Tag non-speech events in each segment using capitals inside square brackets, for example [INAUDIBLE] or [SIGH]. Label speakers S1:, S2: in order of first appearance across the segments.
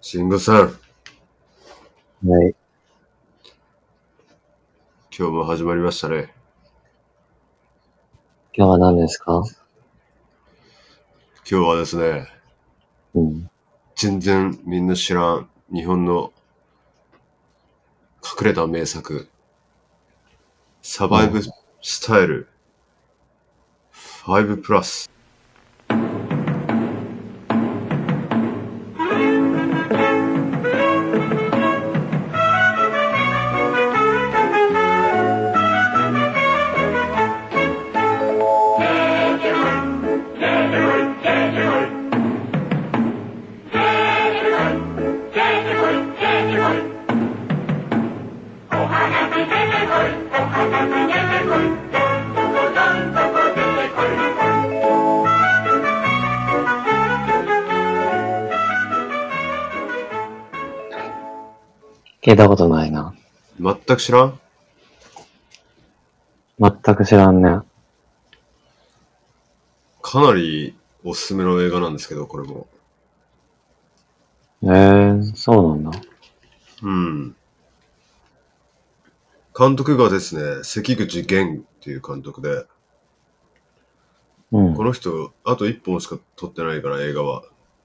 S1: 慎吾さん、
S2: はい。
S1: 今日も始まりましたね。
S2: 今日は何ですか
S1: 今日はですね、
S2: うん。
S1: 全然みんな知らん日本の隠れた名作、サバイブスタイル5プラス。
S2: 聞いたことないな。
S1: 全く知らん
S2: 全く知らんね。
S1: かなりおすすめの映画なんですけど、これも。
S2: えー、そうなんだ。
S1: うん。監督がですね、関口玄っていう監督で、
S2: うん
S1: こ。の人、あと1本しか撮ってないから映画は。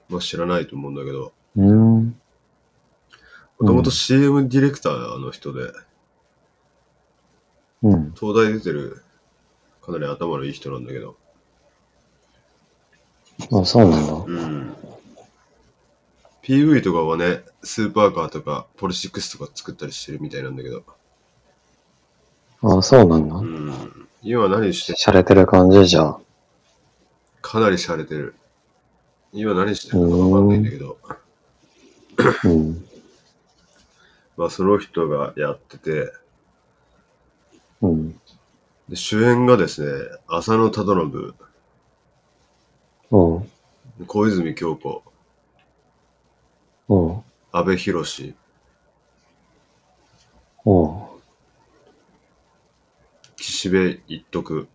S1: まあ知らないと思うんだけど、
S2: うん。
S1: もともと CM ディレクターの人で、
S2: うん。
S1: 東大出てる、かなり頭のいい人なんだけど。
S2: あ、そうなんだ。
S1: うん。PV とかはね、スーパーカーとか、ポルシックスとか作ったりしてるみたいなんだけど。
S2: あ、そうなん
S1: う
S2: だ。
S1: ん。今何して、
S2: 洒落てる感じじゃ。
S1: かなり洒落てる。今何してるのかわかんないんだけど。
S2: うん。
S1: まあその人がやってて、
S2: うん。
S1: で主演がですね、浅野忠信、
S2: おう。
S1: 小泉京子、
S2: おう。
S1: 阿部寛、
S2: おう。
S1: 岸辺一徳、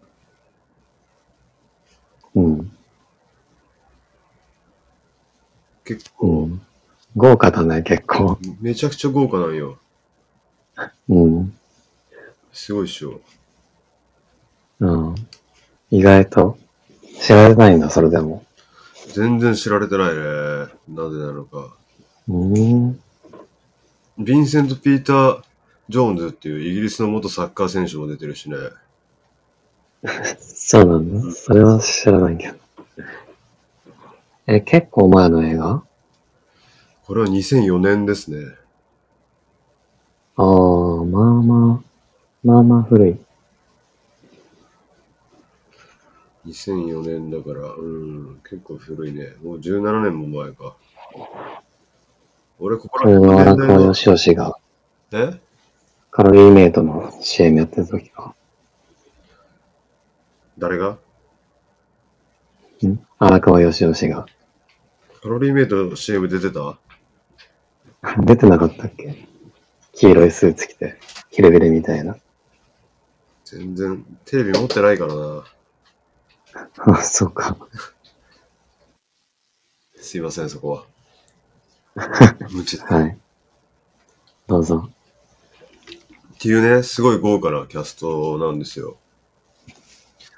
S2: うん。
S1: 結
S2: う
S1: 構、
S2: ん。豪華だね、結構。
S1: めちゃくちゃ豪華なんよ。
S2: うん。
S1: すごいっしょ。
S2: うん。意外と。知られないんだ、それでも。
S1: 全然知られてないね。なぜなのか。
S2: うん。
S1: ヴィンセント・ピーター・ジョーンズっていうイギリスの元サッカー選手も出てるしね。
S2: そうなんだ。それは知らないけど。え、結構前の映画
S1: これは2004年ですね。
S2: ああ、まあまあ、まあまあ古い。
S1: 2004年だから、うん、結構古いね。もう17年も前か。俺、ここ
S2: こ
S1: ら
S2: れ
S1: 辺
S2: は
S1: の
S2: 荒
S1: 年代
S2: 川
S1: の
S2: よしよしが
S1: え
S2: カロリーメイトの CM やってる時か。
S1: 誰が
S2: ん荒川よしよしが。
S1: カロリーメイトの CM 出てた
S2: 出てなかったっけ黄色いスーツ着て、キレビレみたいな。 [LAUGHS]
S1: 全然、テレビ持ってないからな。
S2: あ、そうか。
S1: すいません、そこは。無知。っ
S2: はい。どうぞ。
S1: ていうね、すごい豪華なキャストなんですよ。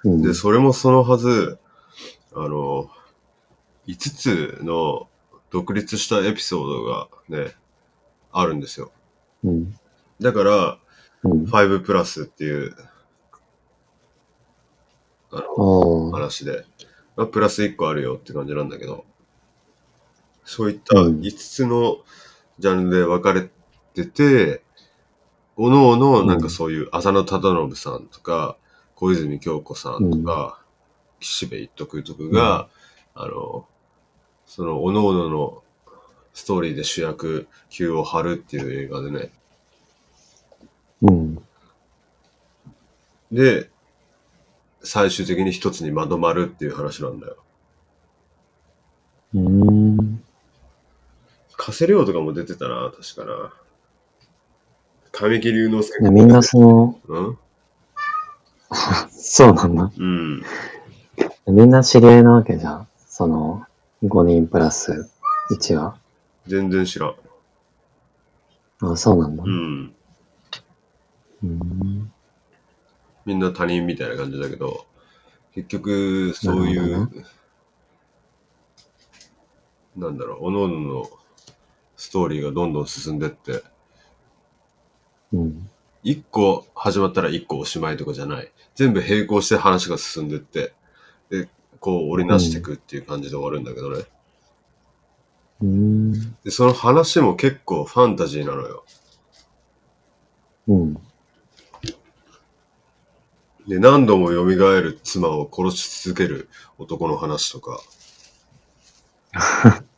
S2: うん。
S1: で、それもそのはず、あの、5つの独立したエピソードがね、あるんですよ。
S2: うん。
S1: だから、
S2: うん。
S1: 5プラスっていうあの
S2: おー。
S1: 話で、まあ、プラス1個あるよって感じなんだけど、そういった
S2: うん
S1: 5つのジャンルで分かれてて、おのおの、なんかそういう浅野忠信さんとか、小泉京子さんとか、岸辺一徳徳が、あの、その、おのおののストーリーで主役級を張るっていう映画でね。
S2: うん。
S1: で、最終的に一つにまとまるっていう話なんだよ。
S2: うーん。
S1: 加瀬亮とかも出てたな、確かな。神木隆之介
S2: でみんなその、
S1: うん
S2: そうなんだ。
S1: うん。
S2: みんな知り合いなわけじゃん。その、5人プラス1は。
S1: 全然知らん。
S2: あ、そうなんだ。
S1: うん。
S2: うん。
S1: みんな他人みたいな感じだけど、結局、そうい
S2: なるほ
S1: う、なんだろう、各々のストーリーがどんどん進んでって、
S2: うん。
S1: 一個始まったら一個おしまいとかじゃない。全部並行して話が進んでって、で、こう織りなしていくっていう感じで終わるんだけどね。
S2: うん。
S1: で、その話も結構ファンタジーなのよ。
S2: うん。
S1: で、何度も蘇る妻を殺し続ける男の話とか、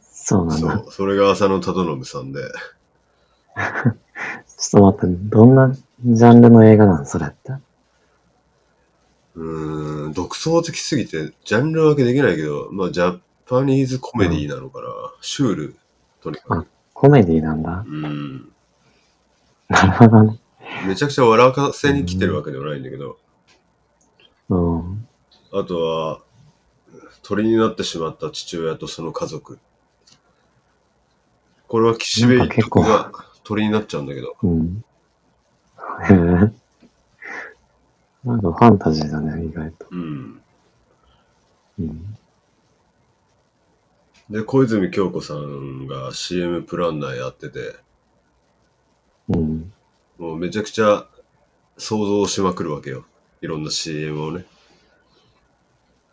S2: そうなん
S1: そ
S2: だ。
S1: う、それが浅野忠信さんで、
S2: ちょっと待って、どんなジャンルの映画なんそれって。
S1: うーん、独創的すぎて、ジャンル分けできないけど、まあ、ジャパニーズコメディなのかな。シュール、とにかく。
S2: コメディなんだ。 [LAUGHS]
S1: うん。
S2: なるほどね。
S1: めちゃくちゃ笑かせに来てるわけではないんだけど、
S2: うん。
S1: あとは、鳥になってしまった父親とその家族。これは岸辺一徳
S2: な
S1: が
S2: ん
S1: 鳥になっちゃうんだけど。
S2: うん。へえ。 [LAUGHS] なんかファンタジーだね、意外と。
S1: うん。
S2: うん。
S1: で、小泉京子さんが CM プランナーやってて、
S2: うん。
S1: もうめちゃくちゃ想像しまくるわけよ。いろんな CM をね。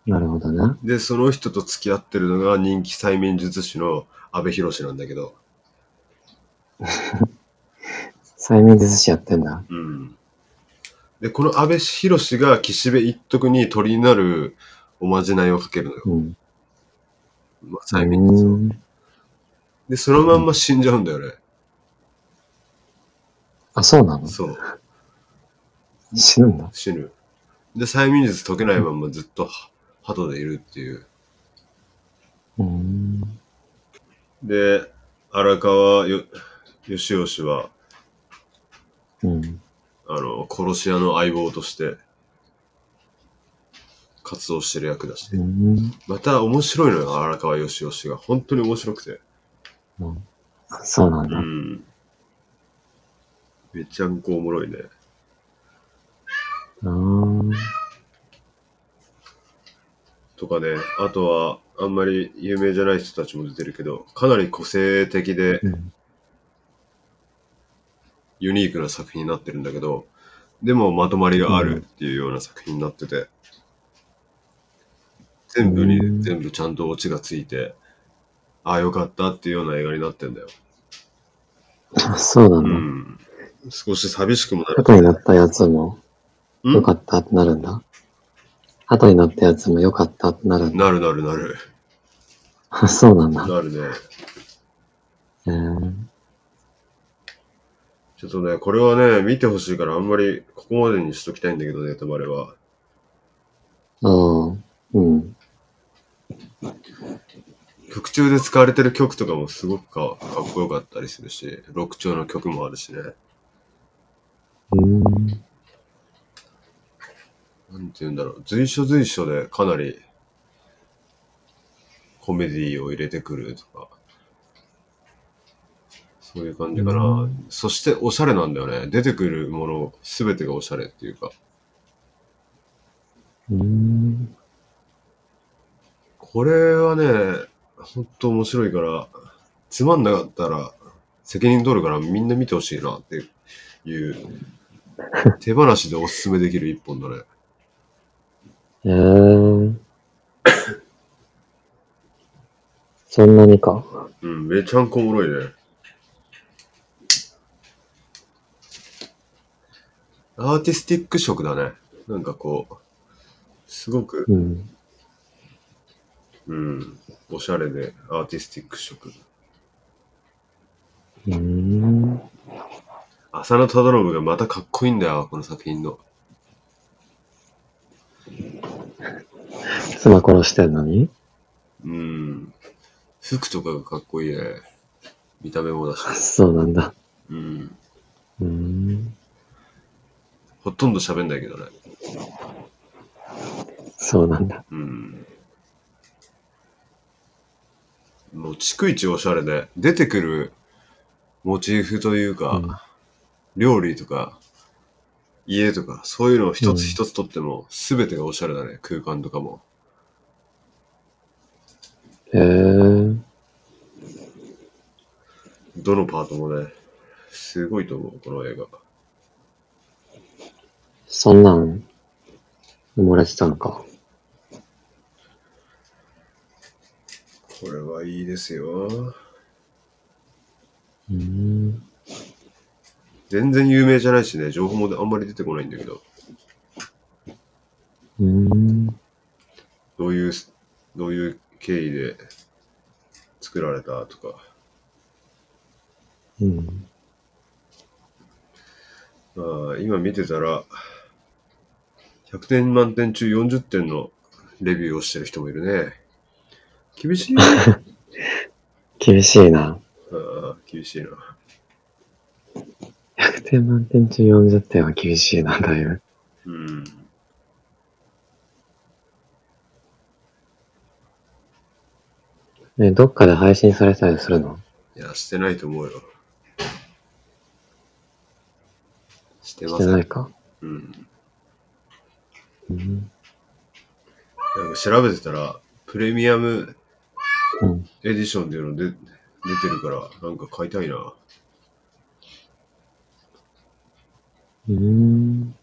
S2: なるほどね。
S1: で、その人と付き合ってるのが人気催眠術師の阿部寛なんだけど。
S2: 催眠術師やってんだ。
S1: うん。で、この阿部寛が岸辺一徳に鳥になるおまじないをかけるのよ。
S2: うん。
S1: まあ、催眠術を
S2: うん
S1: で、そのまんま死んじゃうんだよね。
S2: あ、そうなの
S1: そう。
S2: 死ぬんだ。
S1: 死ぬ。で、催眠術解けないまんまずっとは鳩でいるっていう。
S2: うん。
S1: で、荒川よ、よしよしは、
S2: うん。
S1: あの、殺し屋の相棒として、活動してる役だし。
S2: うん。
S1: また面白いのよ、荒川よしよしが。本当に面白くて。
S2: そうなん
S1: う
S2: だ。
S1: ん。めっちゃんこおもろいね。
S2: うん。
S1: とかね。あとは、あんまり有名じゃない人たちも出てるけど、かなり個性的で、
S2: うん
S1: ユニークな作品になってるんだけど、でもまとまりがあるっていうような作品になってて、全部
S2: う
S1: に
S2: ん
S1: 全部ちゃんとオチがついて、ああよかったっていうような映画になってんだよ。
S2: あそうな
S1: うん
S2: だ。
S1: ん。少し寂しくもなる。
S2: 後になったやつも
S1: う
S2: 良
S1: ん
S2: かったってなるんだ。後になったやつも良かったってなるんだ。
S1: なるなるなる。
S2: あそうなんだ。 [LAUGHS]
S1: なるね。
S2: えー
S1: ちょっとね、これはね、見てほしいからあんまりここまでにしときたいんだけど、ネタバレは。
S2: ああ、うん。
S1: 曲中で使われてる曲とかもすごくかかっこよかったりするし、ロック調の曲もあるしね。
S2: うん。
S1: なんて言うんだろう、随所随所でかなりコメディを入れてくるとか、そういう感じかな。
S2: うん
S1: そしておしゃれなんだよね。出てくるもの全てがおしゃれっていうか、
S2: うん。
S1: これはね、ほんと面白いから、つまんなかったら責任取るからみんな見てほしいなっていう、手放しでおすすめできる一本だね。
S2: えー、 [COUGHS] そんなにか。
S1: うん、めちゃんこおもろいね。アーティスティック色だね。なんかこう、すごく、
S2: うん。
S1: うん、おしゃれで、アーティスティック色。
S2: うん。
S1: 浅野忠信がまたかっこいいんだよ、この作品の。
S2: 妻殺してんのに
S1: うん。服とかがかっこいいね。見た目もだし。
S2: あそうなんだ。
S1: うん。
S2: うん。
S1: ほとんど喋んないけどね。
S2: そうなんだ。
S1: うん。もう逐一おしゃれで、出てくるモチーフというか、
S3: うん
S1: 料理とか、家とか、そういうのを一つ一つとっても、すべてがおしゃれだね、空間とかも。
S2: へえー。
S1: どのパートもね、すごいと思う、この映画。
S2: そんなん、埋もれてたのか。
S1: これはいいですよ。
S2: うん。
S1: 全然有名じゃないしね、情報もあんまり出てこないんだけど、
S2: うん。
S1: どういう、どういう経緯で作られたとか。
S2: うん。
S1: まあ、今見てたら、100点満点中40点のレビューをしてる人もいるね。厳
S2: [LAUGHS]
S1: しいな。
S2: 厳しいな。
S1: ああ厳しいな。
S2: 100点満点中40点は厳しいな、だいぶ。
S1: うん。
S2: ね、どっかで配信されたりするの
S1: いや、してないと思うよ。して
S2: し
S1: ま
S2: て
S1: せ。
S2: なんいか。
S1: うん。
S2: うん。
S1: なんか調べてたら、プレミアム
S2: うん
S1: エディションっていうので、出てるから、なんか買いたいな。
S2: うん。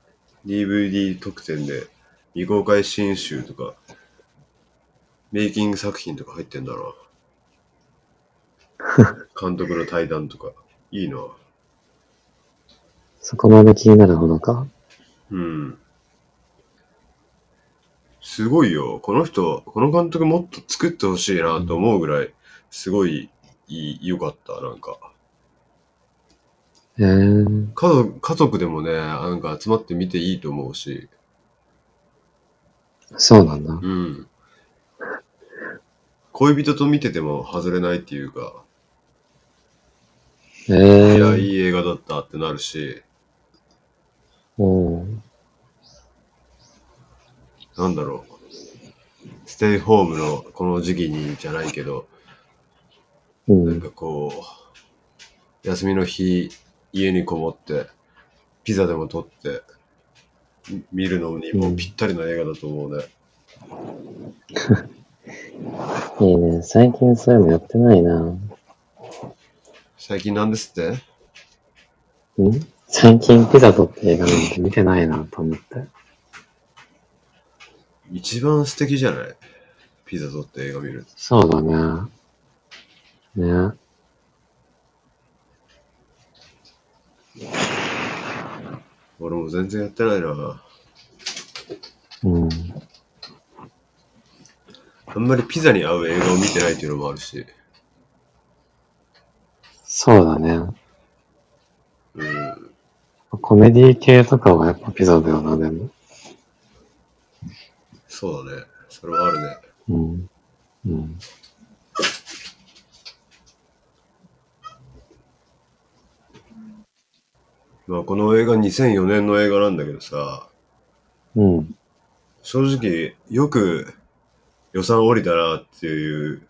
S1: DVD 特典で未公開新集とか、メイキング作品とか入ってんだな。監督の対談とか、いいな。
S2: そこまで気になるほどか。
S1: うん。すごいよ。この人、この監督もっと作ってほしいなと思うぐらい、すごいいい良かった、なんか。
S2: へえー。
S1: 家族家族でもね、なんか集まって見ていいと思うし、
S2: そうなんだ。
S1: うん。恋人と見てても外れないっていうか、
S2: え
S1: いや、
S2: ー。
S1: いい映画だったってなるし、
S2: おう
S1: なんだろう。ステイホームのこの時期にじゃないけど、
S2: う
S1: なん
S2: ん。
S1: かこう、休みの日、家にこもって、ピザでも撮って、み見るのにもうぴったりの映画だと思うね。
S2: いいね。最近そういうのやってないな。ん
S1: 最近なんですって
S2: 最近ピザ撮って映画なんて見てないなと思って。
S1: 一番素敵じゃないピザ撮って映画見る。
S2: そうだね。ね。
S1: 俺も全然やってないな。
S2: うん。
S1: あんまりピザに合う映画を見てないっていうのもあるし。
S2: そうだね。
S1: うん。
S2: コメディ系とかはやっぱピザだよな、でも。
S1: そうだね。それはあるね。
S2: うん。うん。
S1: まあこの映画2004年の映画なんだけどさ、
S2: うん。
S1: 正直よく予算降りたなっていう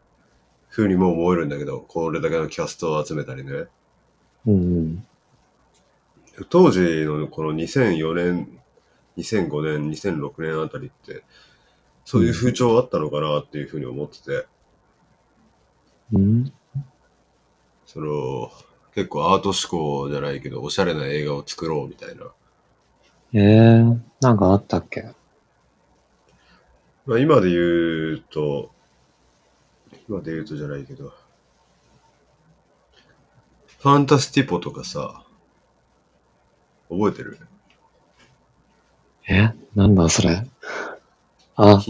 S1: 風にも思えるんだけど、これだけのキャストを集めたりね。
S2: うん。
S1: 当時のこの2004年、2005年、2006年あたりって、そういう風潮あったのかなっていう風に思ってて、
S2: うん。
S1: その、結構アート志向じゃないけど、おしゃれな映画を作ろうみたいな。
S2: ええー、なんかあったっけ
S1: まあ今で言うと、今で言うとじゃないけど、ファンタスティポとかさ、覚えてる
S2: えなんだそれあ、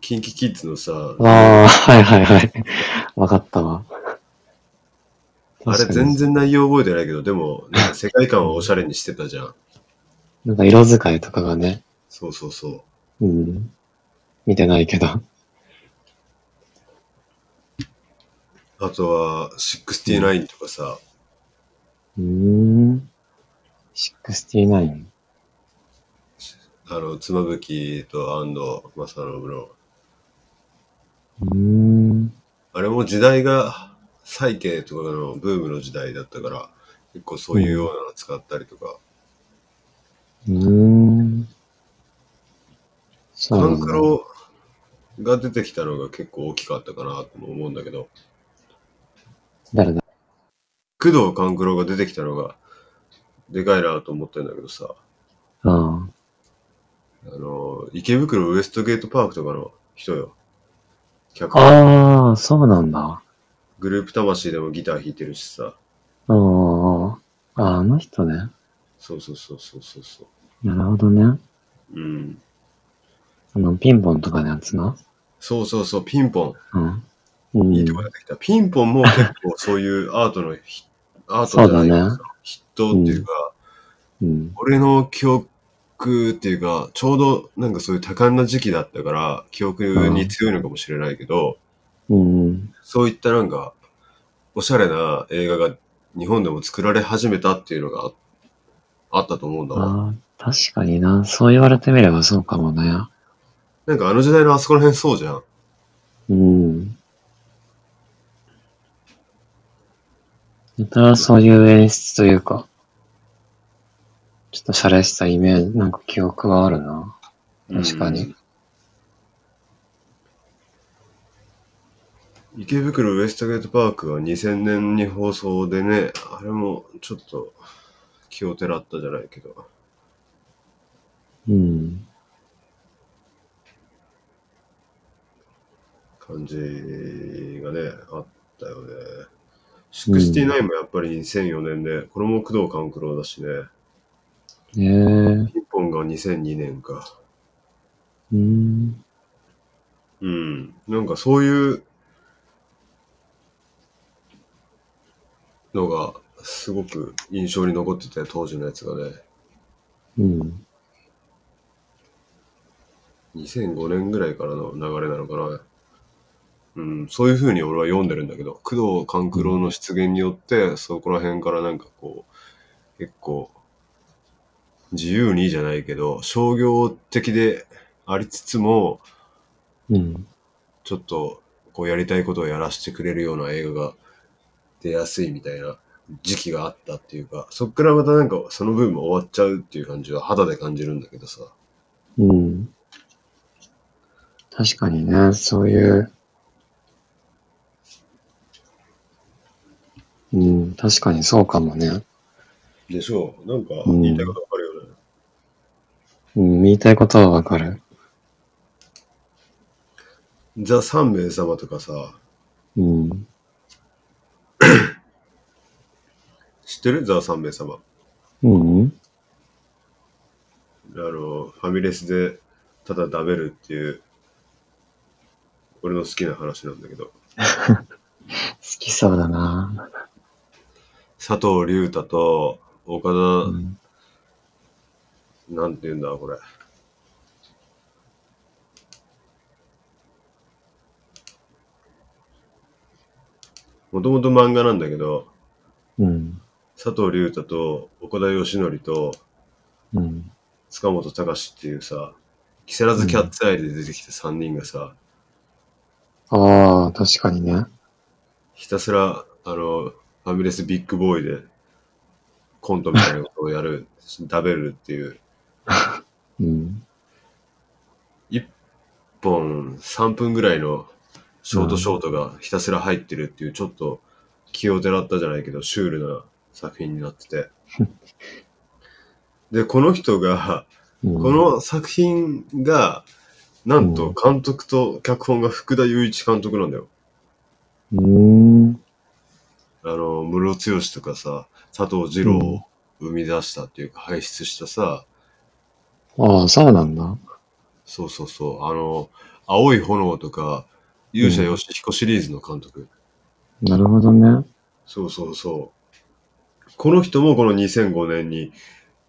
S1: キンキキッズのさ、
S2: ああ、はいはいはい。わかったわ。
S1: あれ
S2: 確かに
S1: 全然内容覚えてないけど、でも、なんか世界観をおしゃれにしてたじゃん。
S2: なんか色使いとかがね、
S1: そうそうそう。
S2: うん。見てないけど。
S1: あとは、69とかさ、
S2: うーん。69?
S1: あの、妻夫木と安藤正信の、
S2: うーん。
S1: あれも時代が債経とかのブームの時代だったから、結構そういうようなの使ったりとか、
S2: うーん。そう
S1: カ
S2: なん
S1: ン
S2: だ
S1: クロが出てきたのが結構大きかったかなとも思うんだけど、
S2: 誰だ
S1: 工藤官九郎が出てきたのがでかいなと思ってんだけどさ、
S2: あ
S1: あの、池袋ウエストゲートパークとかの人よ。
S2: あ。
S1: 客
S2: ああ、そうなんだ。
S1: グループ魂でもギター弾いてるしさ、
S2: うん。ああの人ね。
S1: そうそうそうそうそうそ
S2: なるほどね。
S1: う。うん。
S2: あの、ピンポンとかのやつな。
S1: そうそうそう、ピンポン。
S2: うん。うん、
S1: いいとこ出てきた。ピンポンも結構そういうアートのひ、アートじゃないけど
S2: そうだね
S1: 筆頭っていうか、
S2: うん。
S1: 俺の記憶っていうか、ちょうどなんかそういう多感な時期だったから、記憶に強いのかもしれないけど、
S2: うん。
S1: そういったなんか、おしゃれな映画が日本でも作られ始めたっていうのがああったと思うんだわ。
S2: ああ、確かにな。そう言われてみればそうかもね。
S1: なんかあの時代のあそこら辺そうじゃん。
S2: うん。やたらそういう演出というか、ちょっと洒落したイメージ、なんか記憶があるな。確かに。
S1: 池袋ウエストゲートパークは2000年に放送でね、あれもちょっと気をてらったじゃないけど。
S2: うん。
S1: 感じがね、あったよね。69もやっぱり2004年で、これも工藤官九郎だしね。
S2: ええー。
S1: 日本が2002年か。
S2: うん。
S1: うん。なんかそういうのがすごく印象に残ってて、当時のやつがね。
S2: うん。
S1: 2005年ぐらいからの流れなのかな。うん、そういうふうに俺は読んでるんだけど、工藤官九郎の出現によって、そこら辺からなんかこう、結構、自由にじゃないけど、商業的でありつつも、
S2: うん。
S1: ちょっとこうやりたいことをやらせてくれるような映画が出やすいみたいな時期があったっていうか、そっからまたなんかその部分終わっちゃうっていう感じは肌で感じるんだけどさ。
S2: うん。確かにね、そういう、うん、確かにそうかもね。
S1: でしょうなんか
S2: うん
S1: 言いたいことわかるよね。
S2: うん、言いたいことはわかる。
S1: ザ・三名様とかさ、
S2: うん。
S1: 知ってるザ・三名様。
S2: うん。
S1: あの、ファミレスでただ食べるっていう、俺の好きな話なんだけど、
S2: 好きそうだな。
S1: 佐藤隆太と岡田、
S2: うん。
S1: なんて言うんだ、これ。もともと漫画なんだけど、
S2: うん。
S1: 佐藤隆太と岡田義則と
S2: うん。
S1: 塚本隆っていうさ、木更津キャッツアイで出てきた3人がさ、
S2: ああ、確かにね。
S1: ひたすら、あの、ファミレスビッグボーイでコントみたいなことをやる、食べるっていう、
S2: うん。
S1: 1本3分ぐらいのショートショートがひたすら入ってるっていう、ちょっと気をてらったじゃないけど、シュールな作品になってて。で、この人が、
S2: うん
S1: こ、の作品が、なんと監督と脚本が福田雄一監督なんだよ。
S2: うん。
S1: あの、室ロとかさ、佐藤二郎を生み出したっていうか、輩出したさ、
S2: ああ、そうなんだ。
S1: そうそうそう、あの、青い炎とか、勇者ヨシヒコシリーズの監督。
S2: なるほどね。
S1: そうそうそう。この人もこの2005年に、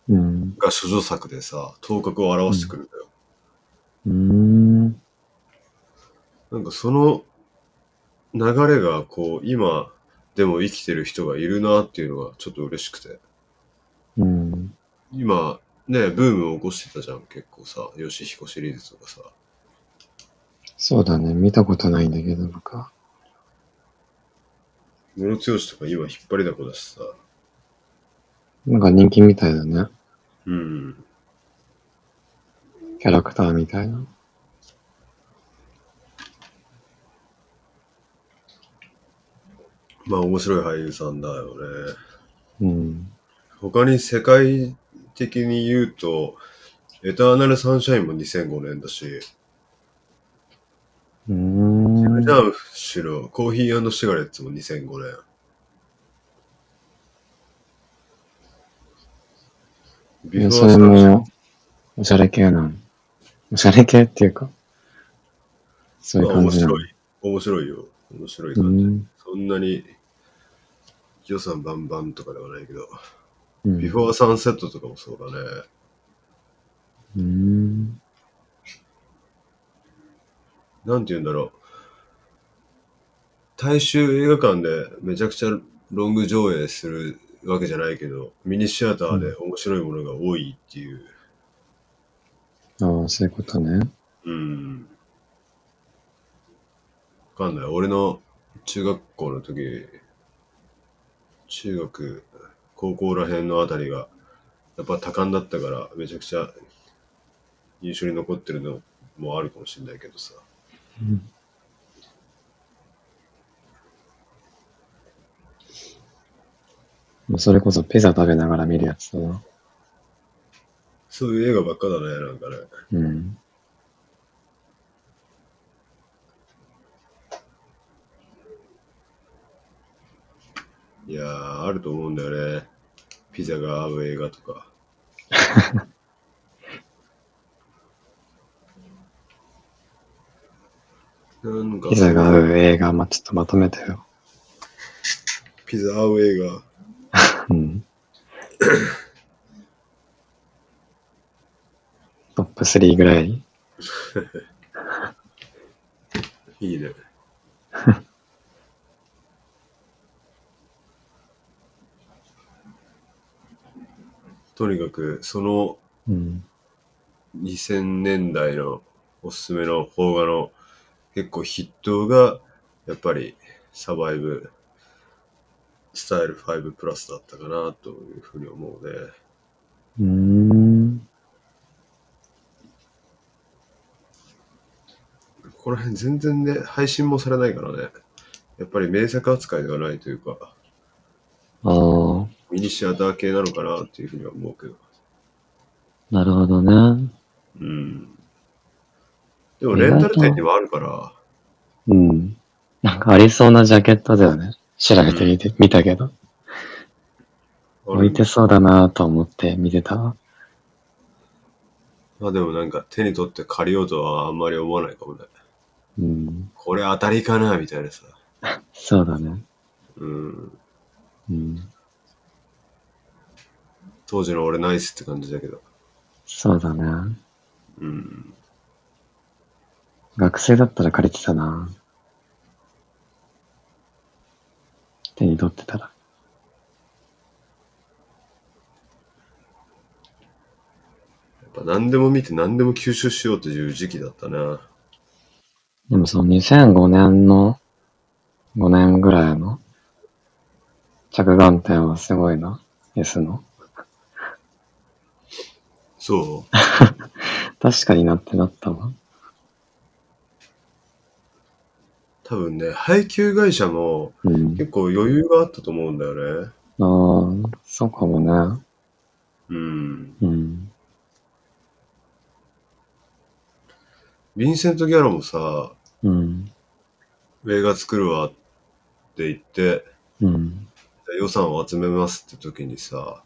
S2: うん。
S1: が諸女作でさ、頭角を表してくるんだよ。
S2: うん。
S1: なんかその流れが、こう、今でも生きてる人がいるなっていうのがちょっと嬉しくて。
S2: うん。
S1: 今、ね、ブームを起こしてたじゃん、結構さ、ヨシヒコシリーズとかさ。
S2: そうだね。見たことないんだけど、僕は。
S1: ムロツヨシとか今引っ張りだこだしさ。
S2: なんか人気みたいだね。
S1: うん。
S2: キャラクターみたいな。
S1: まあ面白い俳優さんだよね。
S2: うん。
S1: 他に世界的に言うと、エターナルサンシャインも2005年だし、
S2: うーん。
S1: じゃあむしろコーヒーシガレッツも2005年。ビ
S2: い
S1: フォー
S2: やそ
S1: サ
S2: れ
S1: ンシャイン
S2: も、おしゃれ系なの。おしゃれ系っていうか、そういう
S1: まあ
S2: 感
S1: 面
S2: じなの
S1: 白。い。面白いよ。面白いう感じ。
S2: ん。
S1: そんなに予算バンバンとかではないけど、
S2: うん
S1: ビフォーサンセットとかもそうだね。
S2: うん。
S1: なんて言うんだろう。大衆映画館でめちゃくちゃロング上映するわけじゃないけど、ミニシアターで面白いものが多いっていう。
S2: ああ、そういうことね。
S1: うん。わかんない。俺の中学校の時、中学、高校ら辺のあたりが、やっぱ多感だったから、めちゃくちゃ印象に残ってるのもあるかもしれないけどさ。
S2: うんもうそれこそピザ食べながら見るやつだな。
S1: そういう映画ばっかだね、なんかね。
S2: うん。
S1: いやー、あると思うんだよね。ピザが合う映画とか。 [LAUGHS] なんか、
S2: ピザが合う映画、まあ、ちょっとまとめてよ。
S1: ピザ合う映画。
S2: うん。 [COUGHS] トップ3ぐらい
S1: い [LAUGHS] いね。とにかく、その
S2: うん。
S1: 2000年代のおすすめの邦画の結構筆頭がやっぱりサバイブスタイル5プラスだったかなというふうに思うね。
S2: うーん。
S1: ここら辺全然ね、配信もされないからね。やっぱり名作扱いではないというか、
S2: ああ、
S1: ミニシアター系なのかなっていうふうには思うけど。
S2: なるほどね。
S1: うん。でもレンタル店にはあるから、
S2: うん。なんかありそうなジャケットだよね。調べてみて、見たけど。
S1: あ
S2: 置いて
S1: る
S2: そうだなと思って見てたわ。
S1: まあでもなんか手に取って借りようとはあんまり思わないかもね。
S2: うん。
S1: これ当たりかなみたいなさ。
S2: そうだね。
S1: うん。
S2: うん。
S1: 当時の俺ナイスって感じだけど。
S2: そうだね。
S1: うん。
S2: 学生だったら借りてたな手に取ってたら。
S1: やっぱ何でも見て何でも吸収しようという時期だったな。
S2: でもその2005年の、5年ぐらいの着眼点はすごいな。S の。
S1: そう。
S2: 確かになってなったわ。
S1: 多分ね、配給会社も
S2: うん。
S1: 結構余裕があったと思うんだよね。
S2: ああ、そうかもね。
S1: うん。
S2: うん。
S1: ヴィンセント・ギャロもさ、
S2: うん。
S1: 映画作るわって言って、
S2: うん。
S1: 予算を集めますって時にさ、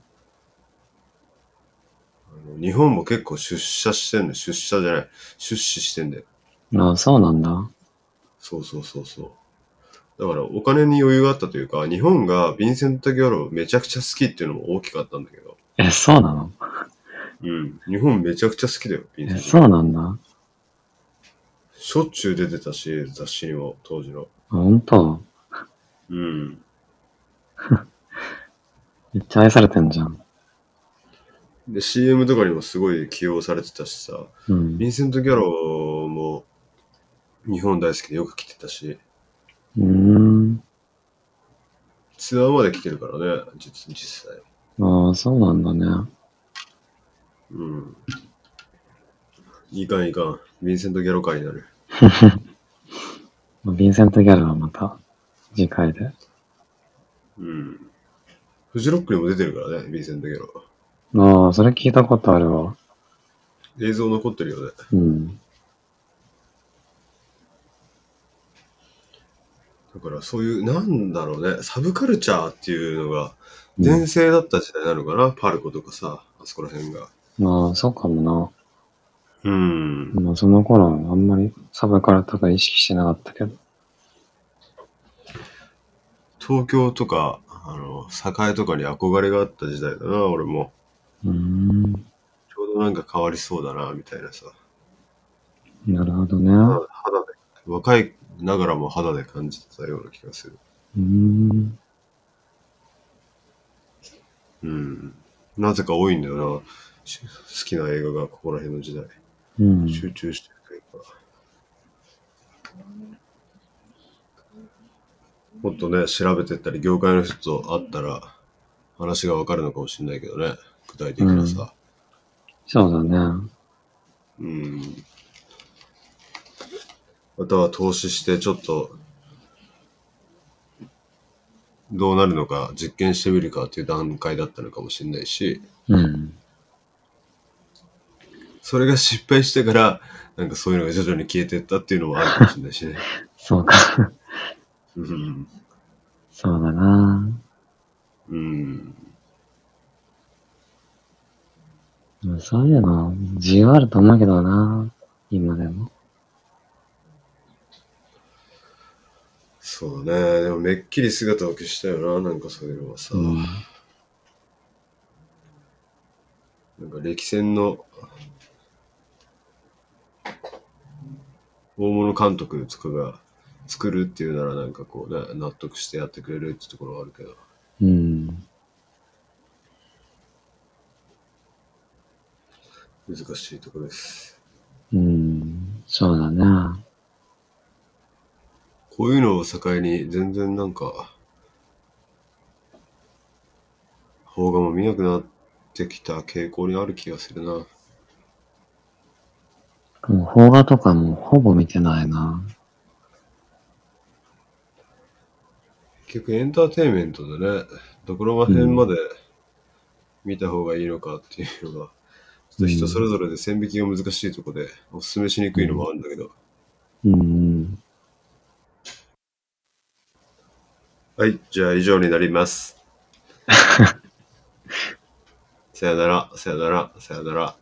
S1: あの日本も結構出社してんの、出社じゃない、出資してんだよ。
S2: ああ、そうなんだ。
S1: そうそうそうそう。だからお金に余裕があったというか、日本がヴィンセント・ギャロをめちゃくちゃ好きっていうのも大きかったんだけど、
S2: え、そうなの
S1: うん。日本めちゃくちゃ好きだよ、ヴィンセント
S2: え、
S1: ギャロ。
S2: そうなんだ。
S1: しょっちゅう出てたし、雑誌にも、当時の。
S2: ほんと。
S1: うん。
S2: めっちゃ愛されてんじゃん。
S1: で、CM とかにもすごい起用されてたしさ、
S2: う
S1: ヴ
S2: ん。
S1: ィンセント・ギャロも日本大好きでよく来てたし、
S2: うーん。
S1: ツアーまで来てるからね、実実際。
S2: ああ、そうなんだね。
S1: うん。いかんいかん。ヴィンセント・ギャロ会になる。
S2: まあヴィンセント・ギャルはまた次回で。
S1: うん。フジロックにも出てるからね、ヴィンセント・ギャロ。
S2: ああ、それ聞いたことあるわ。
S1: 映像残ってるよね。
S2: うん。
S1: だからそういう、なんだろうね、サブカルチャーっていうのが、全盛だった時代なのかな、パルコとかさ、あそこら辺が。
S2: まあ、そうかも
S1: うん
S2: な。。まあ、その頃はあんまりサブカルとか意識してなかったけど。
S1: 東京とか、あの、栄とかに憧れがあった時代だな、俺も。
S2: うーん。
S1: ちょうどなんか変わりそうだな、みたいなさ。
S2: なるほどね。
S1: 肌肌で、若いながらも肌で感じてたような気がする。
S2: うーん。
S1: うん。なぜか多いんだよな、し好きな映画がここら辺の時代。
S2: うん。
S1: 集中してるというか。もっとね、調べてったり、業界の人と会ったら、話がわかるのかもしれないけどね、具体的なさ。
S2: そうだね。
S1: うん。または投資して、ちょっと、どうなるのか実験してみるかっていう段階だったのかもしれないし、
S2: うん。
S1: それが失敗してから、なんかそういうのが徐々に消えてったっていうのもあるかもしれないしね。
S2: そうか。 [LAUGHS]
S1: うん
S2: そうだな。
S1: うん。
S2: まあそういうの、自由あると思うけどな。今でも。
S1: そうだね。でもめっきり姿を消したよな、なんかそういうのはさ。
S2: うん。
S1: なんか歴戦の大物監督とかが作るっていうならなんかこうね、納得してやってくれるってところはあるけど。
S2: うん。
S1: 難しいところです。
S2: うん。そうだね。
S1: こういうのを境に全然なんか、邦画も見なくなってきた傾向にある気がするな。
S2: もう、邦画とかもうほぼ見てないな。
S1: 結局エンターテインメントでね、どこら辺まで見た方がいいのかっていうのが、ちょっと人それぞれで線引きが難しいとこで、おすすめしにくいのもあるんだけど。
S2: うん。
S1: はい、じゃあ以上になります。さよなら、さよなら、さよなら。